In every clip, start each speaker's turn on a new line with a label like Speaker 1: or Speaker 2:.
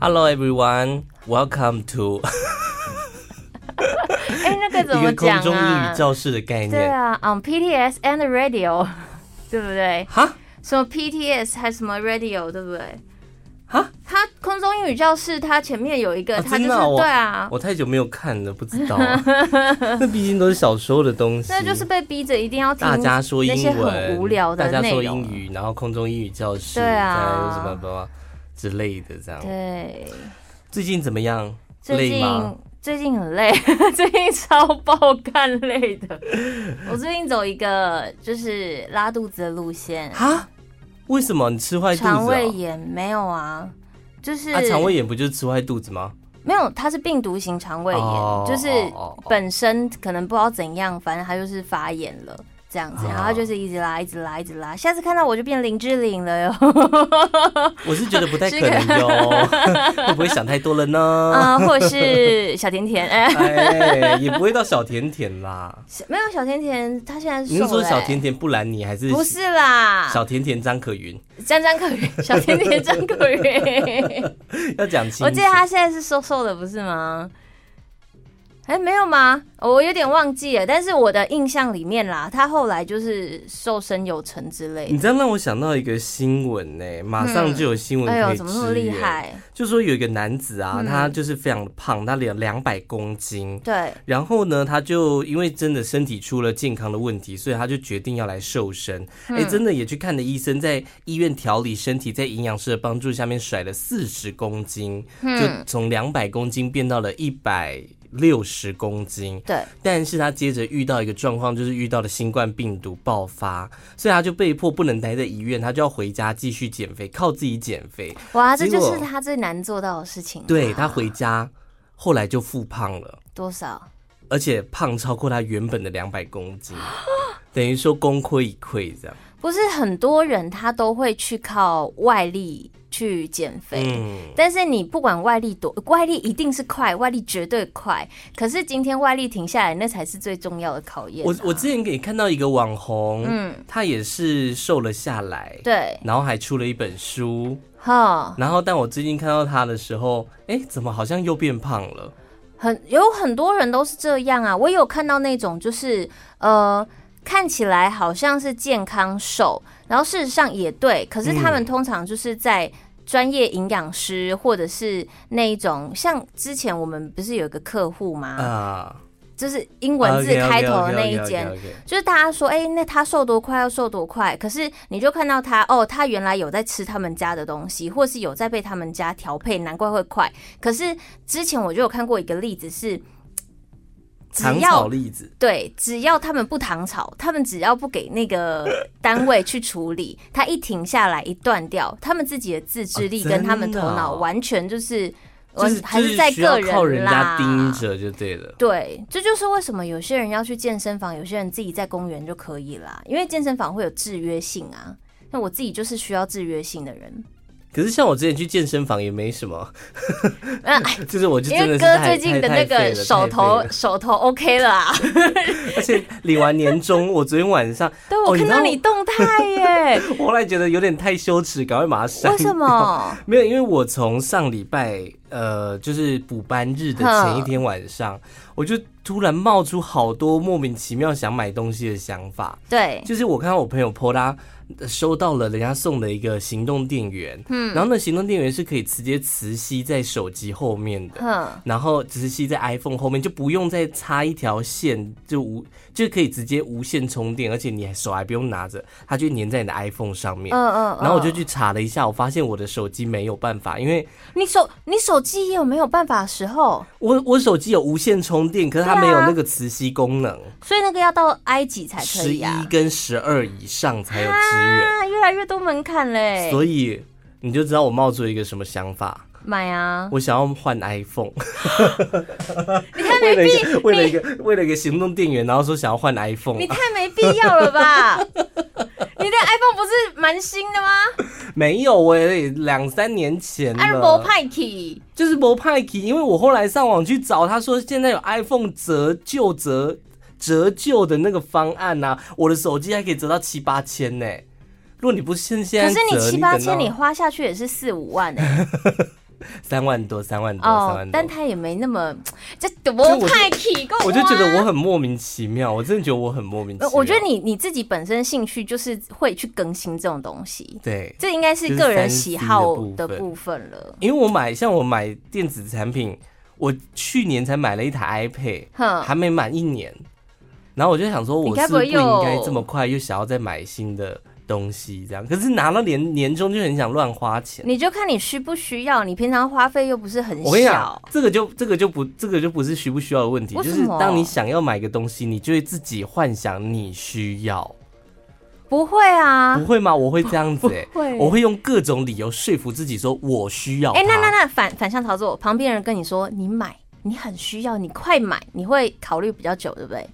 Speaker 1: Hello everyone, welcome to
Speaker 2: 哎、那个怎
Speaker 1: 一
Speaker 2: 么
Speaker 1: 个
Speaker 2: 讲
Speaker 1: 空中
Speaker 2: 啊
Speaker 1: 英语？教室的概
Speaker 2: 对
Speaker 1: 念。
Speaker 2: 啊，on PTS and radio，对 不对？
Speaker 1: 哈
Speaker 2: 什么 PTS 还什么 radio，对不对？
Speaker 1: 哈，
Speaker 2: 它空中英语教室，它前面有一个，
Speaker 1: 啊
Speaker 2: 它就
Speaker 1: 真
Speaker 2: 是、
Speaker 1: 的哦我
Speaker 2: 对啊，
Speaker 1: 我太久没有看了，不知道 啊。那毕竟都是小时候的东西。
Speaker 2: 那就是被逼着一定要听
Speaker 1: 大家说英
Speaker 2: 那些
Speaker 1: 文，
Speaker 2: 很无聊的
Speaker 1: 大家
Speaker 2: 内
Speaker 1: 说
Speaker 2: 容啊
Speaker 1: 英。语，然后空中英语教室，
Speaker 2: 对啊
Speaker 1: 再什么什么之类的这样。
Speaker 2: 对，
Speaker 1: 最近怎么样？
Speaker 2: 最
Speaker 1: 累吗
Speaker 2: 近？最近很累， 最近超爆干累 的。我最近走一个就是拉肚子的路线，
Speaker 1: 哈？为什么你吃坏肚子、
Speaker 2: 肠胃
Speaker 1: 哦？
Speaker 2: 炎没有啊，就是
Speaker 1: 啊，肠胃炎不就是吃坏肚子吗？
Speaker 2: 没有，它是病毒型肠胃炎，
Speaker 1: 哦
Speaker 2: 就是
Speaker 1: 哦哦
Speaker 2: 本身可能不知道怎样，反正它就是发炎了。这样子，
Speaker 1: 哦
Speaker 2: 然后它就是一直拉，一直拉，一直拉。下次看到我就变林志玲了 哟。
Speaker 1: 我是觉得 不太可能哟， 会不会想太多了呢？
Speaker 2: 啊、或者是小甜甜，哎、
Speaker 1: 哎，也不会到小甜甜啦。
Speaker 2: 没有小甜甜，她现在
Speaker 1: 你
Speaker 2: 瘦了、
Speaker 1: 是说小
Speaker 2: 哎
Speaker 1: 甜甜布兰妮还是
Speaker 2: 不是啊啦，
Speaker 1: 小甜甜张可云？
Speaker 2: 张张可云，小甜甜张可云。
Speaker 1: 要讲清楚。
Speaker 2: 我记得她现在是瘦瘦的，不是吗？哎、没有吗？我有点忘记了，但是我的印象里面啦，她后来就是瘦身有成之类的
Speaker 1: 你。这样让我想到一个新闻呢、马上就有新闻
Speaker 2: 哎
Speaker 1: 可
Speaker 2: 呦，
Speaker 1: 以
Speaker 2: 怎么那么
Speaker 1: 支
Speaker 2: 厉
Speaker 1: 援。
Speaker 2: 害？嗯
Speaker 1: 就说有一个男子啊，他就是非常的胖，他两两百公斤。
Speaker 2: 对，
Speaker 1: 然后呢，他就因为真的身体出了健康的问题，所以他就决定要来瘦身。哎、真的也去看了医生，在医院调理身体，在营养师的帮助下面甩了四十公斤，就从两百公斤变到了一百六十公斤。
Speaker 2: 对，
Speaker 1: 但是他接着遇到一个状况，就是遇到了新冠病毒爆发，所以他就被迫不能待在医院，他就要回家继续减肥，靠自己减肥。
Speaker 2: 哇，这就
Speaker 1: 结果
Speaker 2: 是他最难做到的事情啊。
Speaker 1: 对他回家，后来就复胖了。
Speaker 2: 多少？
Speaker 1: 而且胖超过他原本的两百公斤，等于说功亏一篑这样。
Speaker 2: 不是很多人他都会去靠外力去减肥。
Speaker 1: 嗯，
Speaker 2: 但是你不管外力多，外力一定是快，外力绝对快。可是今天外力停下来，那才是最重要的考验啊、
Speaker 1: 我我之前给看到一个网红，
Speaker 2: 嗯，
Speaker 1: 他也是瘦了下来，
Speaker 2: 对，
Speaker 1: 然后还出了一本书。
Speaker 2: 哈，
Speaker 1: 然后，但我最近看到他的时候，哎，怎么好像又变胖了？
Speaker 2: 很有很多人都是这样啊。我有看到那种就是呃，看起来好像是健康瘦，然后事实上也对，可是他们通常就是在。专业营养师，或者是那一种，像之前我们不是有一个客户吗？
Speaker 1: 啊，
Speaker 2: 就是英文字开头的那一间
Speaker 1: OK，OK，OK，OK，OK，OK，，
Speaker 2: 就是大家说，哎、那他瘦多快要瘦多快，可是你就看到他，哦，他原来有在吃他们家的东西，或是有在被他们家调配，难怪会快。可是之前我就有看过一个例子是，只
Speaker 1: 糖炒
Speaker 2: 要
Speaker 1: 栗子，
Speaker 2: 对，只要他们不糖炒，他们只要不给那个单位去处理，他一停下来一断掉，他们自己的自制力
Speaker 1: 哦真
Speaker 2: 跟他们头
Speaker 1: 的哦
Speaker 2: 脑完全就是，
Speaker 1: 就
Speaker 2: 完
Speaker 1: 是
Speaker 2: 还
Speaker 1: 就是
Speaker 2: 在
Speaker 1: 需要
Speaker 2: 个
Speaker 1: 靠人家
Speaker 2: 啦。
Speaker 1: 盯着就对了。
Speaker 2: 对，这就是为什么有些人要去健身房，有些人自己在公园就可以啦，因为健身房会有制约性啊。那我自己就是需要制约性的人，
Speaker 1: 可是像我之前去健身房也没什么，
Speaker 2: 嗯，
Speaker 1: 就是我就
Speaker 2: 因
Speaker 1: 真的
Speaker 2: 为
Speaker 1: 是
Speaker 2: 哥
Speaker 1: 太
Speaker 2: 最近的那
Speaker 1: 太太废
Speaker 2: 个
Speaker 1: 了
Speaker 2: 手
Speaker 1: 太废
Speaker 2: 头
Speaker 1: 了
Speaker 2: 手头 OK 了啊，
Speaker 1: 而且领完年终，我昨天晚上
Speaker 2: 对
Speaker 1: 哦
Speaker 2: 我
Speaker 1: 你
Speaker 2: 看
Speaker 1: 知道
Speaker 2: 到你动态 耶，
Speaker 1: 我后来觉得有点太羞耻，赶快马上。
Speaker 2: 为什？么？
Speaker 1: 没有，因为我从上礼拜呃，就是补班日的前一天晚上，我就突然冒出好多莫名其妙想买东西的想法。
Speaker 2: 对，
Speaker 1: 就是我看到我朋友 PO 他呃收到了人家送的一个行动电源，嗯，然后那行动电源是可以直接磁吸在手机后面的，
Speaker 2: 哼，
Speaker 1: 然后磁吸在 iPhone 后面，就不用再插一条线，就无就可以直接无线充电，而且你还手还不用拿着，它就粘在你的 iPhone 上面。
Speaker 2: 嗯嗯，
Speaker 1: 然后我就
Speaker 2: 嗯
Speaker 1: 去查了一下，我发现我的手机没有办法，因为
Speaker 2: 你手你手机也有没有办法的时候，
Speaker 1: 我我手机有无线充电，可是它
Speaker 2: 对啊
Speaker 1: 没有那个磁吸功能，
Speaker 2: 所以那个要到 I 级才可
Speaker 1: 十
Speaker 2: 以
Speaker 1: 一、
Speaker 2: 啊，
Speaker 1: 跟十二以上才有支
Speaker 2: 啊，越来越多门槛嘞
Speaker 1: 援，，所以你就知道我冒出一个什么想法，
Speaker 2: 买啊，
Speaker 1: 我想要换 iPhone。
Speaker 2: 你太
Speaker 1: 为
Speaker 2: 没
Speaker 1: 了一
Speaker 2: 必
Speaker 1: 个为了一个为了一个行动电源，然后说想要换 iPhone，
Speaker 2: 你太没必要了 吧？你的 iPhone 不是蛮新的吗？
Speaker 1: 没有，我也两三年前
Speaker 2: 阿
Speaker 1: 了，
Speaker 2: 尔伯哎派奇，
Speaker 1: 就是博派奇，因为我后来上网去找，他说现在有 iPhone 折旧折折旧的那个方案呐、我的手机还可以折到七八千呢。如果你不是现
Speaker 2: 可
Speaker 1: 现在
Speaker 2: 是
Speaker 1: 折，
Speaker 2: 你七八千，
Speaker 1: 等到
Speaker 2: 你花下去也是四五万哎、
Speaker 1: 三万多，三万多，三
Speaker 2: 哦
Speaker 1: 万，多
Speaker 2: 但。他也没那么这
Speaker 1: 我就
Speaker 2: 多太奇怪。
Speaker 1: 我就觉得我很啊莫名其妙，我真的觉得我很莫名其
Speaker 2: 呃
Speaker 1: 妙。
Speaker 2: 我觉得你你自己本身兴趣就是会去更新这种东西，
Speaker 1: 对，
Speaker 2: 这应该是
Speaker 1: 就是
Speaker 2: 个人
Speaker 1: 3C
Speaker 2: 喜好
Speaker 1: 的
Speaker 2: 的
Speaker 1: 部
Speaker 2: 部分了。
Speaker 1: 因为我买像我买电子产品，我去年才买了一台 iPad，
Speaker 2: 哼，
Speaker 1: 还没满一年，然后我就想说，
Speaker 2: 你
Speaker 1: 我
Speaker 2: 该
Speaker 1: 是
Speaker 2: 不
Speaker 1: 不
Speaker 2: 会
Speaker 1: 是不应该
Speaker 2: 又
Speaker 1: 这么快又想要再买新的东西这样，可是拿到年年终就很想乱花钱。
Speaker 2: 你就看你需不需要，你平常花费又不是很
Speaker 1: 我跟你讲
Speaker 2: 小，，
Speaker 1: 这个就这个就不这个就不是需不需要的问题，
Speaker 2: 为
Speaker 1: 就
Speaker 2: 什
Speaker 1: 是
Speaker 2: 么
Speaker 1: 当你想要买个东西，你就会自己幻想你需要，
Speaker 2: 不会啊
Speaker 1: 不。会吗？我会这样子、欸，
Speaker 2: 不会
Speaker 1: 我会用各种理由说服自己，说我需要它。
Speaker 2: 哎、那那那反反向操作，旁边人跟你说你买，你很需要，你快买，你会考虑比较久，对不对？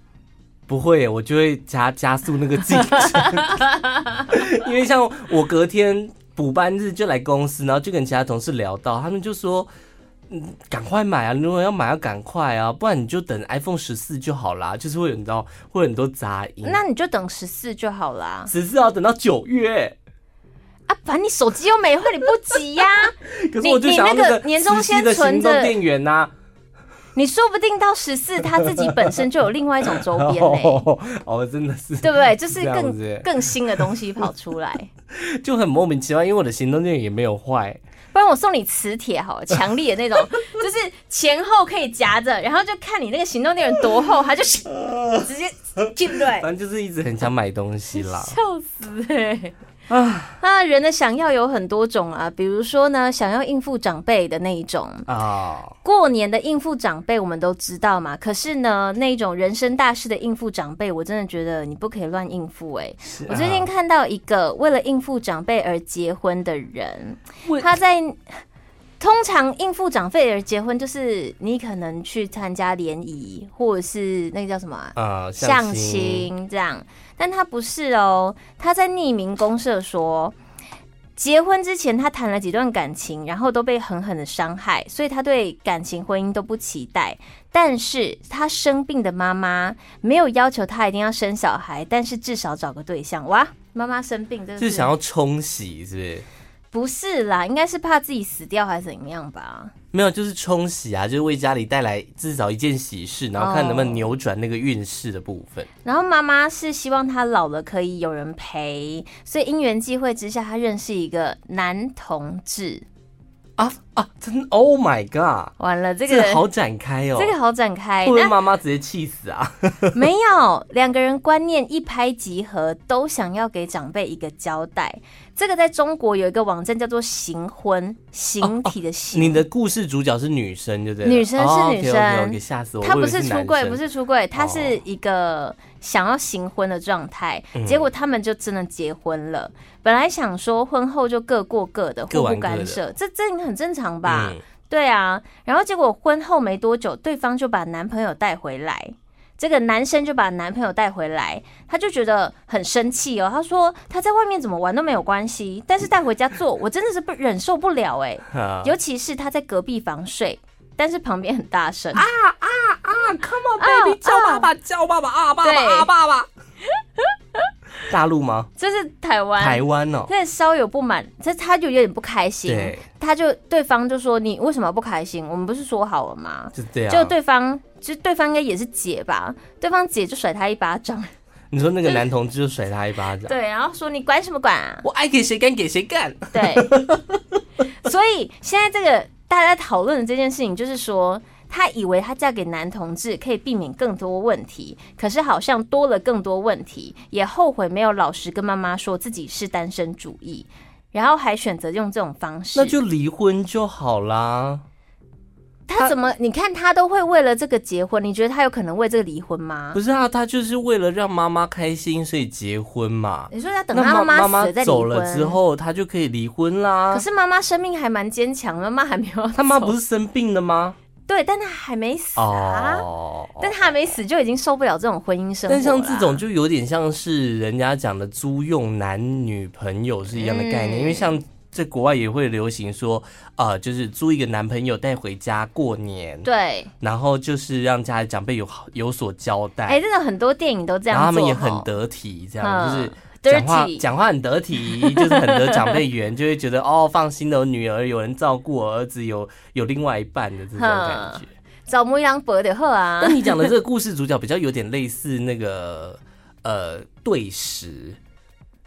Speaker 1: 不会，我就会加加速那个进 程，因为像我隔天补班日就来公司，然后就跟其他同事聊到，他们就说。嗯，赶快买啊！如果要买，要赶快啊，不然你就等 iPhone 十四就好啦。就是会有你知道，会有很多杂音。
Speaker 2: 那你就等十四就好啦。
Speaker 1: 十四要等到九月，
Speaker 2: 啊，反正你手机又没坏，你不急 呀、
Speaker 1: 可是我就
Speaker 2: 你
Speaker 1: 想要
Speaker 2: 你那个
Speaker 1: 个
Speaker 2: 年终
Speaker 1: 实习的
Speaker 2: 先存
Speaker 1: 行动
Speaker 2: 着
Speaker 1: 电源啊呐、
Speaker 2: 你说不定到十四，他自己本身就有另外一种周边呢、
Speaker 1: 哦，哦，真的是，
Speaker 2: 对不对？就是
Speaker 1: 这样
Speaker 2: 更
Speaker 1: 子耶
Speaker 2: 更新的东西跑出来，
Speaker 1: 就很莫名其妙，因为我的行动电源也没有坏，
Speaker 2: 不然我送你磁铁好了，强力 的那种，就是前后可以夹着，然后就看你那个行动电源多厚，它就直接进对，
Speaker 1: 反正就是一直很想买东西 啦。
Speaker 2: 笑死哎、欸！那人的想要有很多种啊，比如说呢，想要应付长辈的那一种。
Speaker 1: 啊、
Speaker 2: 过年的应付长辈我们都知道嘛，可是呢，那一种人生大事的应付长辈，我真的觉得你不可以乱应付哎、
Speaker 1: 是
Speaker 2: 我最近
Speaker 1: 啊
Speaker 2: 看到一个为了应付长辈而结婚的人
Speaker 1: 为，
Speaker 2: 他在通常应付长辈而结婚，就是你可能去参加联谊，或者是那个叫什么啊、
Speaker 1: 呃
Speaker 2: 相亲这样，但他不是哦，他在匿名公社说。结婚之前，他谈了几段感情，然后都被狠狠的伤害，所以他对感情、婚姻都不期待。但是他生病的妈妈没有要求他一定要生小孩，但是至少找个对象。哇，妈妈生病，这
Speaker 1: 就是想要冲洗，是不是？
Speaker 2: 不是啦，应该是怕自己死掉还是怎么样吧？
Speaker 1: 没有，就是冲洗啊，就是为家里带来至少一件喜事，然后看能不
Speaker 2: 哦
Speaker 1: 能扭转那个运势的部分。
Speaker 2: 然后妈妈是希望他老了可以有人陪，所以因缘际会之下，他认识一个男同志。
Speaker 1: 啊啊，真 Oh my God！
Speaker 2: 完了，哦这
Speaker 1: 这
Speaker 2: 个
Speaker 1: 个好展开哦，
Speaker 2: 这个好展
Speaker 1: 会
Speaker 2: 开
Speaker 1: 不。会
Speaker 2: 那
Speaker 1: 妈妈直接气死 啊？
Speaker 2: 没有两个人观念一拍即合，都想要给长辈一个交代。这个在中国有一个网站叫做“行
Speaker 1: 啊
Speaker 2: 婚”，形体的形。
Speaker 1: 你的故事主角是女生，对不对了？
Speaker 2: 女生是女生
Speaker 1: 哦、，OK，吓死我！
Speaker 2: 他
Speaker 1: 我以
Speaker 2: 不
Speaker 1: 为
Speaker 2: 是
Speaker 1: 是
Speaker 2: 出柜，
Speaker 1: 男生
Speaker 2: 不是出柜，他
Speaker 1: 哦嗯
Speaker 2: 是一个想要行婚的状态，结果他们就真的结婚了。本来想说婚后就各过各的，
Speaker 1: 各
Speaker 2: 互
Speaker 1: 玩
Speaker 2: 不
Speaker 1: 各
Speaker 2: 干
Speaker 1: 的
Speaker 2: 涉，这这很正常吧？
Speaker 1: 嗯
Speaker 2: 对啊，然后结果婚后没多久，对方就把男朋友带回来。这个男生就把男朋友带回来，他就觉得很生气哦。他说他在外面怎么玩都没有关系，但是带回家做，我真的是不忍受不了哎、
Speaker 1: 啊
Speaker 2: 尤其是他在隔壁房睡，但是旁边很大声，
Speaker 1: 啊，Come on
Speaker 2: 啊
Speaker 1: baby，叫哦爸爸，叫爸爸啊，爸爸
Speaker 2: 对
Speaker 1: 啊，爸爸。大陆吗？
Speaker 2: 这是台湾。
Speaker 1: 台湾哦，
Speaker 2: 但稍有不满，这他就有点不开心
Speaker 1: 对，
Speaker 2: 他就对方就说：“你为什么不开心？我们不是说好了吗？”
Speaker 1: 就这样。
Speaker 2: 就对方，就对方应该也是姐吧，对方姐就甩他一巴掌，
Speaker 1: 你说那个男同志就甩他一巴掌，
Speaker 2: 对，然后说你管什么管啊？
Speaker 1: 我爱给谁干给谁干。
Speaker 2: 对，所以现在这个大家讨论的这件事情，就是说，她以为她嫁给男同志可以避免更多问题，可是好像多了更多问题，也后悔没有老实跟妈妈说自己是单身主义，然后还选择用这种方式。
Speaker 1: 那就离婚就好啦。
Speaker 2: 她怎么？你看她都会为了这个结婚，你觉得她有可能为这个离婚吗
Speaker 1: 不？是啊，他就是为了让妈妈开心，所以结婚嘛。
Speaker 2: 你说要等
Speaker 1: 那妈
Speaker 2: 她妈
Speaker 1: 妈
Speaker 2: 死了再离
Speaker 1: 走了之
Speaker 2: 婚？
Speaker 1: 后，他就可以离婚啦
Speaker 2: 可。是妈妈生命还蛮坚强，妈妈还没有
Speaker 1: 他妈
Speaker 2: 走
Speaker 1: 不是生病了吗？
Speaker 2: 对，但她还没死啊。
Speaker 1: 哦，
Speaker 2: 但他还没死就已经受不了这种婚姻生活
Speaker 1: 但
Speaker 2: 啦。
Speaker 1: 像这种就有点像是人家讲的租用男女朋友是一样的概念，
Speaker 2: 嗯
Speaker 1: 因为像在国外也会流行说，呃，就是租一个男朋友带回家过年，
Speaker 2: 对，
Speaker 1: 然后就是让家里长辈有有所交代。
Speaker 2: 哎、真的很多电影都这
Speaker 1: 然后他
Speaker 2: 样做嗯
Speaker 1: 们
Speaker 2: 吼，
Speaker 1: 也很得体，这样就是讲话
Speaker 2: dirty
Speaker 1: 讲话很得体，就是很得长辈缘，就会觉得哦，放心的女儿有人照顾，儿子有有另外一半的这种感觉。
Speaker 2: 找母羊伯的喝啊
Speaker 1: 那，你讲的这个故事主角比较有点类似那个呃对食，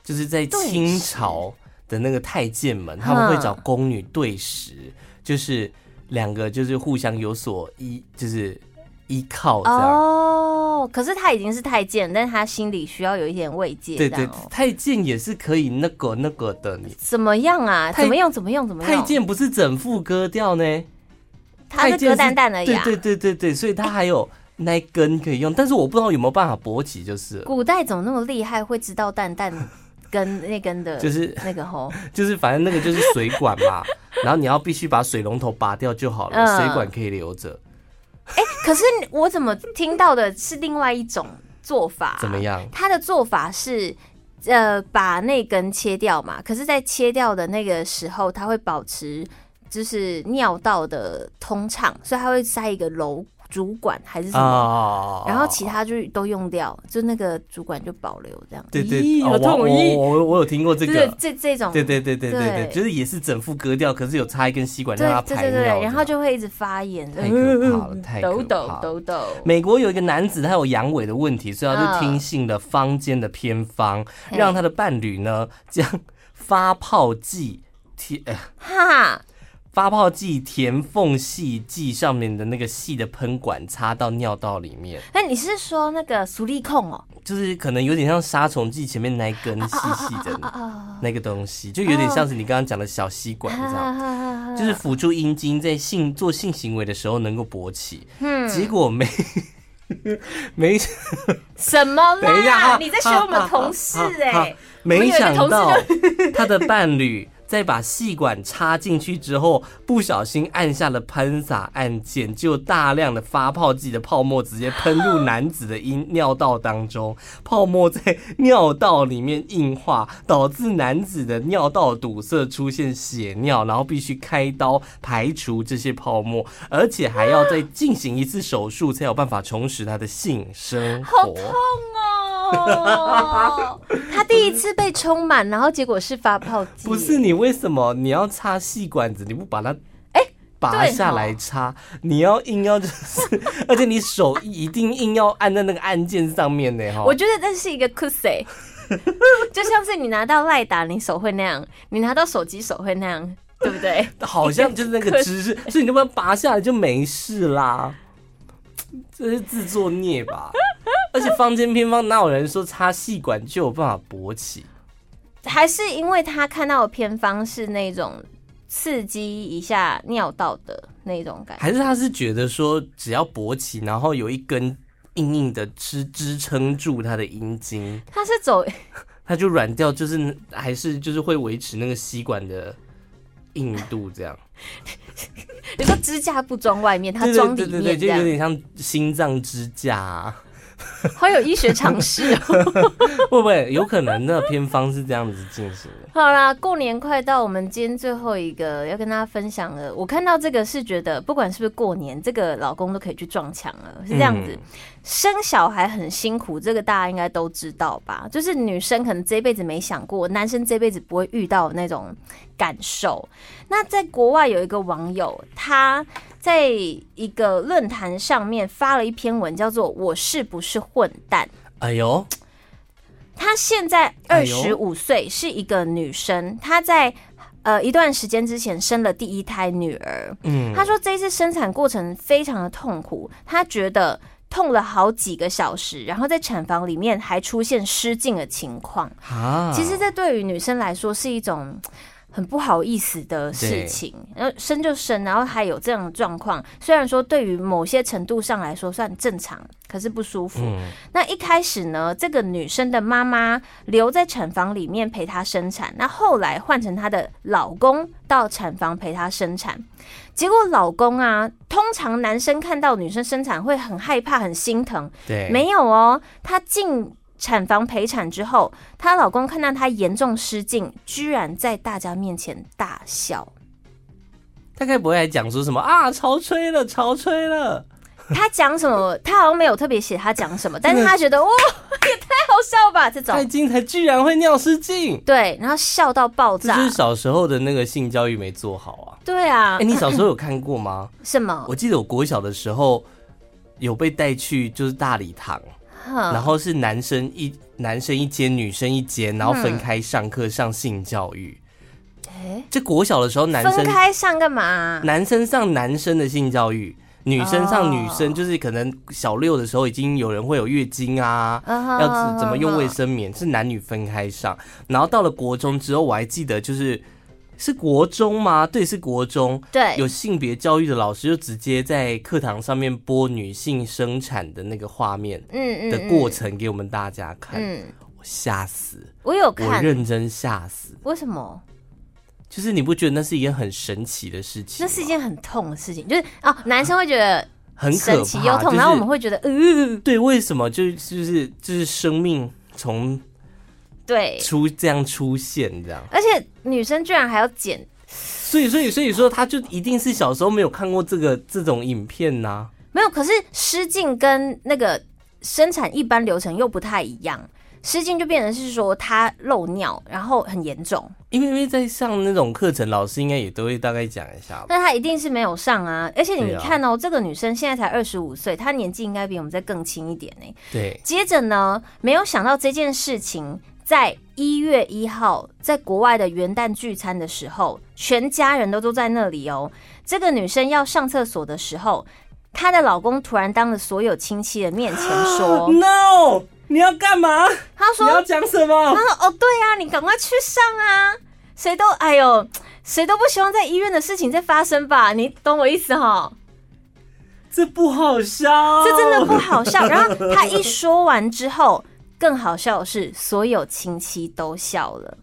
Speaker 1: 就是在清朝的那个太监们，他们会找宫女对食，就是两个就是互相有所依，就是依靠这样。
Speaker 2: 哦，可是他已经是太监，但他心里需要有一点慰藉，
Speaker 1: 对
Speaker 2: 这
Speaker 1: 对
Speaker 2: 样哦，
Speaker 1: 太监也是可以那个那个的你。
Speaker 2: 怎么样啊？
Speaker 1: 太
Speaker 2: 怎么样？怎么样？怎么
Speaker 1: 太
Speaker 2: 样？
Speaker 1: 监不是整副割掉呢，
Speaker 2: 他
Speaker 1: 太
Speaker 2: 是
Speaker 1: 监
Speaker 2: 割蛋蛋而已啊。
Speaker 1: 对对对对对，所以他还有那一根可以用，但是我不知道有没有办法勃起，就是了
Speaker 2: 古代怎么那么厉害，会知道 蛋蛋跟那根的，
Speaker 1: 就是
Speaker 2: 那个吼，
Speaker 1: 就是反正那个就是水管 嘛，然后你要必须把水龙头拔掉就好了，
Speaker 2: 嗯
Speaker 1: 水管可以留着，
Speaker 2: 可是我怎么听到的是另外一种做法、
Speaker 1: 怎么？样？
Speaker 2: 他的做法是，呃，把那根切掉嘛。可是，在切掉的那个时候，他会保持就是尿道的通畅，所以他会塞一个瘘主管还是什么，
Speaker 1: 啊
Speaker 2: 然后其他就都用掉，就那个主管就保留这样。
Speaker 1: 对对，
Speaker 2: 咦
Speaker 1: 哦
Speaker 2: 好
Speaker 1: 我
Speaker 2: 统一。
Speaker 1: 我我我有听过这
Speaker 2: 对
Speaker 1: 个，
Speaker 2: 这这种
Speaker 1: 对对对对对对，
Speaker 2: 对
Speaker 1: 就是也是整副割掉，可是有插一根吸管
Speaker 2: 对
Speaker 1: 让它
Speaker 2: 对
Speaker 1: 排
Speaker 2: 对对，
Speaker 1: 尿，
Speaker 2: 然后。就会一直发炎，嗯
Speaker 1: 太可怕了太可
Speaker 2: 抖抖
Speaker 1: 怕了
Speaker 2: 抖抖。
Speaker 1: 美国有一个男子，他有阳痿的问题，所以他就
Speaker 2: 嗯
Speaker 1: 听信了坊间的偏方，
Speaker 2: 嘿
Speaker 1: 让他的伴侣呢将发泡剂填、呃、
Speaker 2: 哈，
Speaker 1: 发泡剂填缝隙剂上面的那个细的喷管插到尿道里面，
Speaker 2: 那哎你是说那个苏力控哦？
Speaker 1: 就是可能有点像杀虫剂前面那一根细细
Speaker 2: 啊
Speaker 1: 的
Speaker 2: 啊
Speaker 1: 那个东西，就有点像是你刚刚讲的小吸管这样。
Speaker 2: 啊！
Speaker 1: 就是辅助阴茎在性做性行为的时候能够勃起，
Speaker 2: 嗯
Speaker 1: 结果没 没
Speaker 2: 什么
Speaker 1: 等一下啊
Speaker 2: 啦？你在学我们同事哎、
Speaker 1: 啊啊啊啊没想到 他的伴侣在把细管插进去之后，不小心按下了喷洒按键，就大量的发泡剂的泡沫直接喷入男子的阴尿道当中，泡沫在尿道里面硬化，导致男子的尿道堵塞，出现血尿，然后必须开刀排除这些泡沫，而且还要再进行一次手术才有办法重拾他的性生
Speaker 2: 好
Speaker 1: 活
Speaker 2: 痛。哦！他第一次被充满，然后结果是发泡剂，
Speaker 1: 不是你为什么你要插细管子？你不把它拔
Speaker 2: 哎对
Speaker 1: 下来插，你要硬要就是， 而且你手一定硬要按在那个按键上面呢哈。
Speaker 2: 我觉得这是一个 c u s y 就像是你拿到赖打，你手会那样；你拿到手机，手会那样，对不对？
Speaker 1: 好像就是那个姿 势，所以你就把它拔下来就没事啦。这是自作孽吧？而且坊间偏方哪有人说插细管就有办法勃起？
Speaker 2: 还是因为他看到的偏方是那种刺激一下尿道的那种感觉。
Speaker 1: 还是他是觉得说只要勃起，然后有一根硬硬的支支撑住他的阴茎？
Speaker 2: 他是走
Speaker 1: 它就软掉，就是还是就是会维持那个吸管的硬度这样。
Speaker 2: 你说支架不装外面， 它
Speaker 1: 对
Speaker 2: 装里
Speaker 1: 对对对，
Speaker 2: 面
Speaker 1: 就
Speaker 2: 这
Speaker 1: 有
Speaker 2: 样，
Speaker 1: 点像心脏支架、啊，
Speaker 2: 好有医学常识哦。
Speaker 1: 会不会有可能那偏方是这样子进行的？
Speaker 2: 好啦，过年快到，我们今天最后一个要跟大家分享的，我看到这个是觉得，不管是不是过年，这个老公都可以去撞墙了，是这样子。
Speaker 1: 嗯
Speaker 2: 生小孩很辛苦，这个大家应该都知道吧？就是女生可能这辈子没想过，男生这辈子不会遇到那种感受。那在国外有一个网友，他在一个论坛上面发了一篇文，叫做“我是不是混蛋”。
Speaker 1: 哎呦，
Speaker 2: 她现在
Speaker 1: 哎
Speaker 2: 二
Speaker 1: 呦
Speaker 2: 十五岁，是一个女生。她在呃一段时间之前生了第一胎女儿。
Speaker 1: 嗯，
Speaker 2: 她说这一次生产过程非常的痛苦，她觉得痛了好几个小时，然后在产房里面还出现失禁的情况。
Speaker 1: 啊，
Speaker 2: 其实，这对于女生来说是一种。很不好意思的事情，然后生就生，然后还有这样的状况，虽然说对于某些程度上来说算正常，可是不舒服。
Speaker 1: 嗯，
Speaker 2: 那一开始呢，这个女生的妈妈留在产房里面陪她生产，那后来换成她的老公到产房陪她生产。结果老公啊，通常男生看到女生生产会很害怕、很心疼，
Speaker 1: 对，
Speaker 2: 没有哦，她进。产房陪产之后，她老公看到她严重失禁，居然在大家面前大 笑。
Speaker 1: 他该不会还讲说什么啊，潮吹了，潮吹了，
Speaker 2: 哦他讲什么？他好像没有特别写他讲什么，但是他觉得哇，也太好笑吧？这
Speaker 1: 太
Speaker 2: 种
Speaker 1: 精彩，居然会尿失禁，
Speaker 2: 对，然后笑到爆
Speaker 1: 这
Speaker 2: 炸
Speaker 1: 就。是小时候的那个性教育没做好啊。
Speaker 2: 对啊
Speaker 1: 哎、，你小时候有看过 吗？
Speaker 2: 什么？
Speaker 1: 我记得我国小的时候有被带去就是大礼堂，然
Speaker 2: 哼，
Speaker 1: 后是男生一男生一间，女生一间，然后分开上课上性教育。
Speaker 2: 哎，
Speaker 1: 这国小的时候，男
Speaker 2: 分
Speaker 1: 生
Speaker 2: 开上干嘛？
Speaker 1: 男生上男生的性教育，女生上女
Speaker 2: 哦
Speaker 1: 生，就是可能小六的时候已经有人会有月经啊。
Speaker 2: 嗯
Speaker 1: 要怎怎么用卫
Speaker 2: 位？
Speaker 1: 生棉是男女分开上，然后到了国中之后，我还记得就是是国中吗？对，是国中，
Speaker 2: 对，
Speaker 1: 有性别教育的老师就直接在课堂上面播女性生产的那个画面
Speaker 2: 嗯嗯
Speaker 1: 的过程给我们大家看，
Speaker 2: 嗯，
Speaker 1: 我吓死，
Speaker 2: 我有
Speaker 1: 我
Speaker 2: 看，
Speaker 1: 认真吓死。
Speaker 2: 为什么？
Speaker 1: 就是你不觉得那是一件很神奇的事情
Speaker 2: 那
Speaker 1: 吗？
Speaker 2: 是一件很痛的事情，就是哦，男生会觉得
Speaker 1: 啊很可
Speaker 2: 神
Speaker 1: 怕，
Speaker 2: 奇又痛，
Speaker 1: 就是
Speaker 2: 然后我们会觉得，呃，
Speaker 1: 对为什么就是就是就是生命从
Speaker 2: 对，
Speaker 1: 出这样出现这样，
Speaker 2: 而且女生居然还要剪，
Speaker 1: 所以所以所以说他就一定是小时候没有看过这个这种影片呐、
Speaker 2: 没有，可是失禁跟那个生产一般流程又不太一样，失禁就变成是说她漏尿，然后很严重，
Speaker 1: 因为因为在上那种课程，老师应该也都会大概讲一下吧。
Speaker 2: 但她一定是没有上啊，而且
Speaker 1: 对
Speaker 2: 你
Speaker 1: 啊
Speaker 2: 看哦，这个女生现在才二十五岁，她年纪应该比我们再更轻一点呢、
Speaker 1: 对，
Speaker 2: 接着呢，没有想到这件事情在一月一号，在国外的元旦聚餐的时候，全家人都都在那里哦。这个女生要上厕所的时候，她的老公突然当着所有亲戚的面前 说
Speaker 1: No，你要干嘛？：“
Speaker 2: 他
Speaker 1: 你
Speaker 2: 说，
Speaker 1: 要讲什么？
Speaker 2: 他说哦，对啊，你赶快去上啊，谁都哎呦，谁都不希望在医院的事情再发生吧，你懂我意思哈？”
Speaker 1: 这不好笑，
Speaker 2: 这真的不好笑。然后他一说完之后，更好笑的是，所有亲戚都笑了。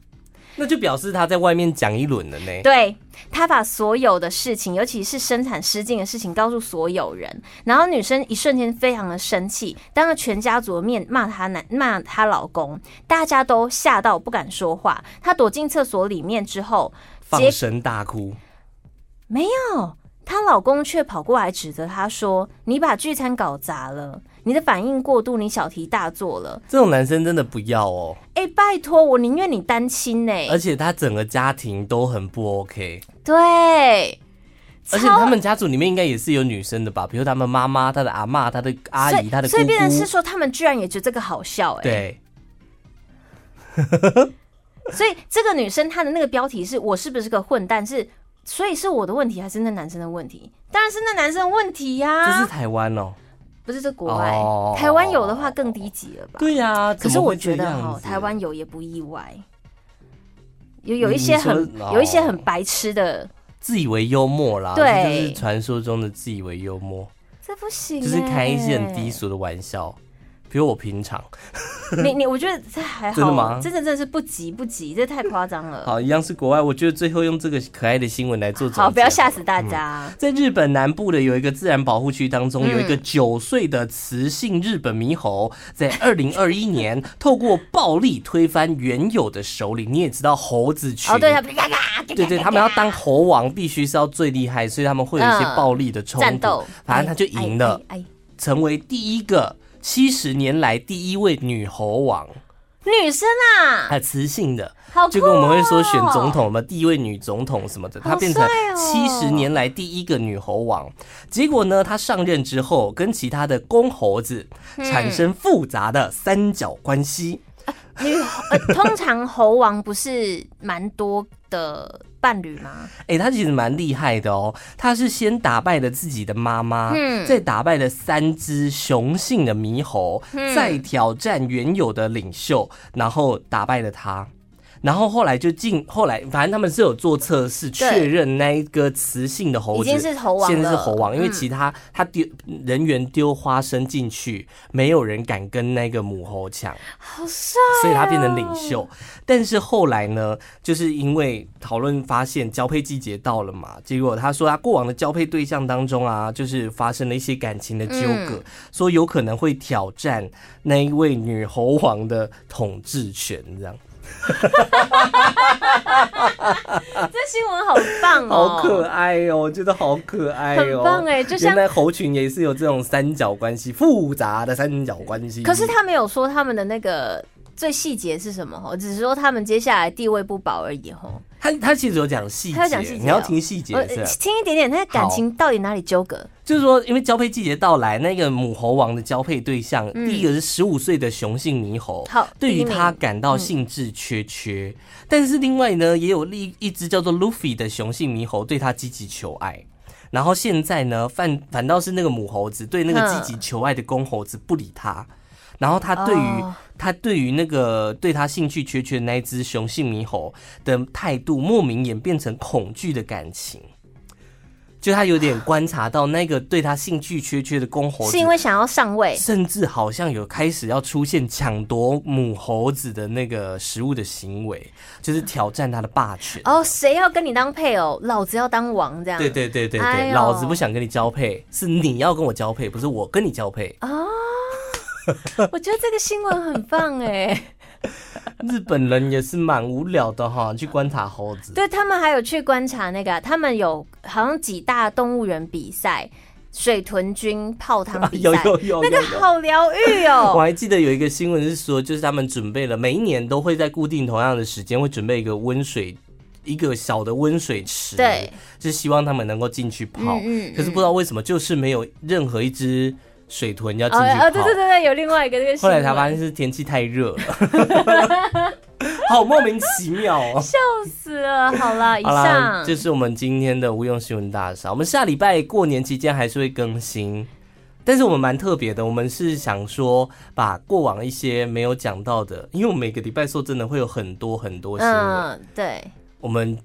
Speaker 1: 那就表示他在外面讲一轮了呢。
Speaker 2: 对他把所有的事情，尤其是生产失禁的事情，告诉所有人。然后女生一瞬间非常的生气，当着全家族的面骂她男骂她老公，大家都吓到不敢说话。她躲进厕所里面之后，
Speaker 1: 放声大哭，
Speaker 2: 没有，她老公却跑过来指责她说：“你把聚餐搞砸了，你的反应过度，你小题大做了。”
Speaker 1: 这种男生真的不要哦。
Speaker 2: 哎、拜托，我宁愿你单亲呢、
Speaker 1: 而且他整个家庭都很不 OK，
Speaker 2: 对，
Speaker 1: 而且
Speaker 2: 超
Speaker 1: 他们家族里面应该也是有女生的吧？比如他们妈妈、他的阿嬷、他的阿
Speaker 2: 所
Speaker 1: 姨、
Speaker 2: 以
Speaker 1: 他的姑
Speaker 2: 所以变成是
Speaker 1: 姑。
Speaker 2: 说，他们居然也觉得这个好笑哎、
Speaker 1: 对，
Speaker 2: 所以这个女生她的那个标题是“我是不是个混蛋”是，所以是我的问题还是那男生的问题？当然是那男生的问题呀、
Speaker 1: 这是台湾哦。
Speaker 2: 不是这国外，
Speaker 1: 哦
Speaker 2: 台湾有的话更低级了吧？
Speaker 1: 对呀、
Speaker 2: 可
Speaker 1: 怎
Speaker 2: 是
Speaker 1: 么
Speaker 2: 我
Speaker 1: 会
Speaker 2: 觉
Speaker 1: 这
Speaker 2: 得
Speaker 1: 样
Speaker 2: 哈，
Speaker 1: 子
Speaker 2: 台湾有也不意外。有有一
Speaker 1: 你
Speaker 2: 些
Speaker 1: 你说
Speaker 2: 很
Speaker 1: 哦
Speaker 2: 有一些很白痴的，
Speaker 1: 自以为幽默啦，这
Speaker 2: 对
Speaker 1: 就是传说中的自以为幽默，
Speaker 2: 这不行、欸，
Speaker 1: 就是开一些很低俗的玩笑。比如我平常
Speaker 2: 你你，我觉得这还好，
Speaker 1: 真的吗
Speaker 2: 真的真的是不急不急，这太夸张了。
Speaker 1: 好，一样是国外，我觉得最后用这个可爱的新闻来做总结。
Speaker 2: 好，不要吓死大家。
Speaker 1: 在日本南部的有一个自然保护区当
Speaker 2: 嗯
Speaker 1: 中，有一个九岁的雌性日本猕猴，在二零二一 年透过暴力推翻原有的首领。你也知道猴子群，
Speaker 2: 哦，对，他嘎嘎，
Speaker 1: 嗯对对，他们要当猴王，必须是要最厉害，所以他们会有一些
Speaker 2: 嗯
Speaker 1: 暴力的冲突。
Speaker 2: 战斗，
Speaker 1: 反正他就赢了
Speaker 2: 哎。哎哎
Speaker 1: 成为第一个七十年来第一位女猴王，
Speaker 2: 女生啊，
Speaker 1: 还雌性的，
Speaker 2: 好酷哦哦
Speaker 1: 就跟我们会说选总统嘛，第一位女总统什么的，她
Speaker 2: 好
Speaker 1: 变成
Speaker 2: 帅哦
Speaker 1: 七十年来第一个女猴王。结果呢，她上任之后，跟其他的公猴子产生复杂的三角关系。
Speaker 2: 女呃，通常猴王不是蛮多的伴侣吗？
Speaker 1: 哎、她其实蛮厉害的哦，她是先打败了自己的妈妈，
Speaker 2: 嗯
Speaker 1: 再打败了三只雄性的猕猴，
Speaker 2: 嗯
Speaker 1: 再挑战原有的领袖，然后打败了他。然后后来就进，后来反正他们是有做测试确认那一个雌性的猴
Speaker 2: 已
Speaker 1: 子
Speaker 2: 经是猴王了
Speaker 1: 现在是猴王，因为
Speaker 2: 嗯
Speaker 1: 其他他丢人员丢花生进去，没有人敢跟那个母猴抢。
Speaker 2: 好帅，
Speaker 1: 所以他变成领袖。但是后来呢，就是因为讨论发现交配季节到了嘛，结果他说他过往的交配对象当中啊，就是发生了一些感情的纠葛，
Speaker 2: 嗯
Speaker 1: 说有可能会挑战那一位女猴王的统治权，这样
Speaker 2: 这新闻好棒哦，
Speaker 1: 啊 好可爱哦，我觉得好可爱
Speaker 2: 很
Speaker 1: 哦，
Speaker 2: 棒哎，就像
Speaker 1: 原。来猴群也是有这种三角关系，复杂的三角关系。
Speaker 2: 可是他没有说他们的那个最细节是什么哦，只是说他们接下来地位不保而已哦。
Speaker 1: 他他其实有讲细节，
Speaker 2: 他有讲细节
Speaker 1: 你要
Speaker 2: 哦
Speaker 1: 听细节
Speaker 2: 我
Speaker 1: 是吧？
Speaker 2: 听一点点，他的感情到底哪里纠葛？
Speaker 1: 就是说，因为交配季节到来，那个母猴王的交配对象，第一个是十五岁的雄性猕猴，
Speaker 2: 嗯好
Speaker 1: 对
Speaker 2: 第一
Speaker 1: 于
Speaker 2: 名
Speaker 1: 它感到兴致缺缺。但是另外呢，也有另一一只叫做 Luffy 的雄性猕猴对它积极求爱。然后现在呢，反反倒是那个母猴子对那个积极求爱的公猴子不理它，然后它对于
Speaker 2: 哦
Speaker 1: 它对于那个对它兴趣缺缺的那一只雄性猕猴的态度，莫名演变成恐惧的感情。就他有点观察到那个对他兴趣缺缺的公猴子
Speaker 2: 是，因为想要上位
Speaker 1: 甚至好像有开始要出现抢夺母猴子的那个食物的行为，就是挑战他的霸权。
Speaker 2: 哦？谁要跟你当配偶？老子要当王这样。
Speaker 1: 对对对对对，
Speaker 2: 哎呦
Speaker 1: 老子不想跟你交配，是你要跟我交配，不是我跟你交配。
Speaker 2: 哦我觉得这个新闻很棒哎。
Speaker 1: 日本人也是蛮无聊的哈，去观察猴子。
Speaker 2: 对他们还有去观察那个啊，他们有好像几大动物园比赛，水豚军泡汤比
Speaker 1: 有
Speaker 2: 赛，
Speaker 1: 有有有
Speaker 2: 那个
Speaker 1: 有。
Speaker 2: 好疗愈
Speaker 1: 我
Speaker 2: 哦。
Speaker 1: 还记得有一个新闻是说，就是他们准备了，每一年都会在固定同样的时间会准备一个温水，一个小的温水池，
Speaker 2: 对，
Speaker 1: 就是希望他们能够进去泡。
Speaker 2: 嗯嗯嗯
Speaker 1: 可是不知道为什么，就是没有任何一只水豚要进
Speaker 2: 哦
Speaker 1: 去泡。
Speaker 2: 哦，对对对对，有另外一个这个新
Speaker 1: 后来
Speaker 2: 闻，
Speaker 1: 才发现是天气太热 了，好莫名其妙哦。
Speaker 2: 笑死了。好啦，以
Speaker 1: 好啦，
Speaker 2: 上
Speaker 1: 这是我们今天的无用新闻大赏。我们下礼拜过年期间还是会更新，但是我们蛮特别的，我们是想说把过往一些没有讲到的，因为我们每个礼拜说真的会有很多很多新闻，
Speaker 2: 嗯，对，
Speaker 1: 我们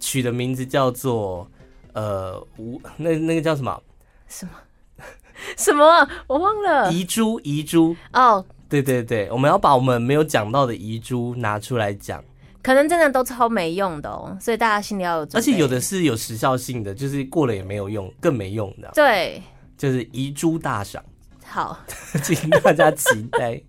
Speaker 1: 取的名字叫做呃无那那个叫什么
Speaker 2: 什么我忘了
Speaker 1: 遗珠遗珠，
Speaker 2: 哦，
Speaker 1: 对对对，我们要把我们没有讲到的遗珠拿出来讲，
Speaker 2: 可能真的都超没用的哦，所以大家心里要有准备。
Speaker 1: 而且有的是有时效性的，就是过了也没有用，更没用的，
Speaker 2: 对，
Speaker 1: 就是遗珠大赏。
Speaker 2: 好。
Speaker 1: 请大家期待。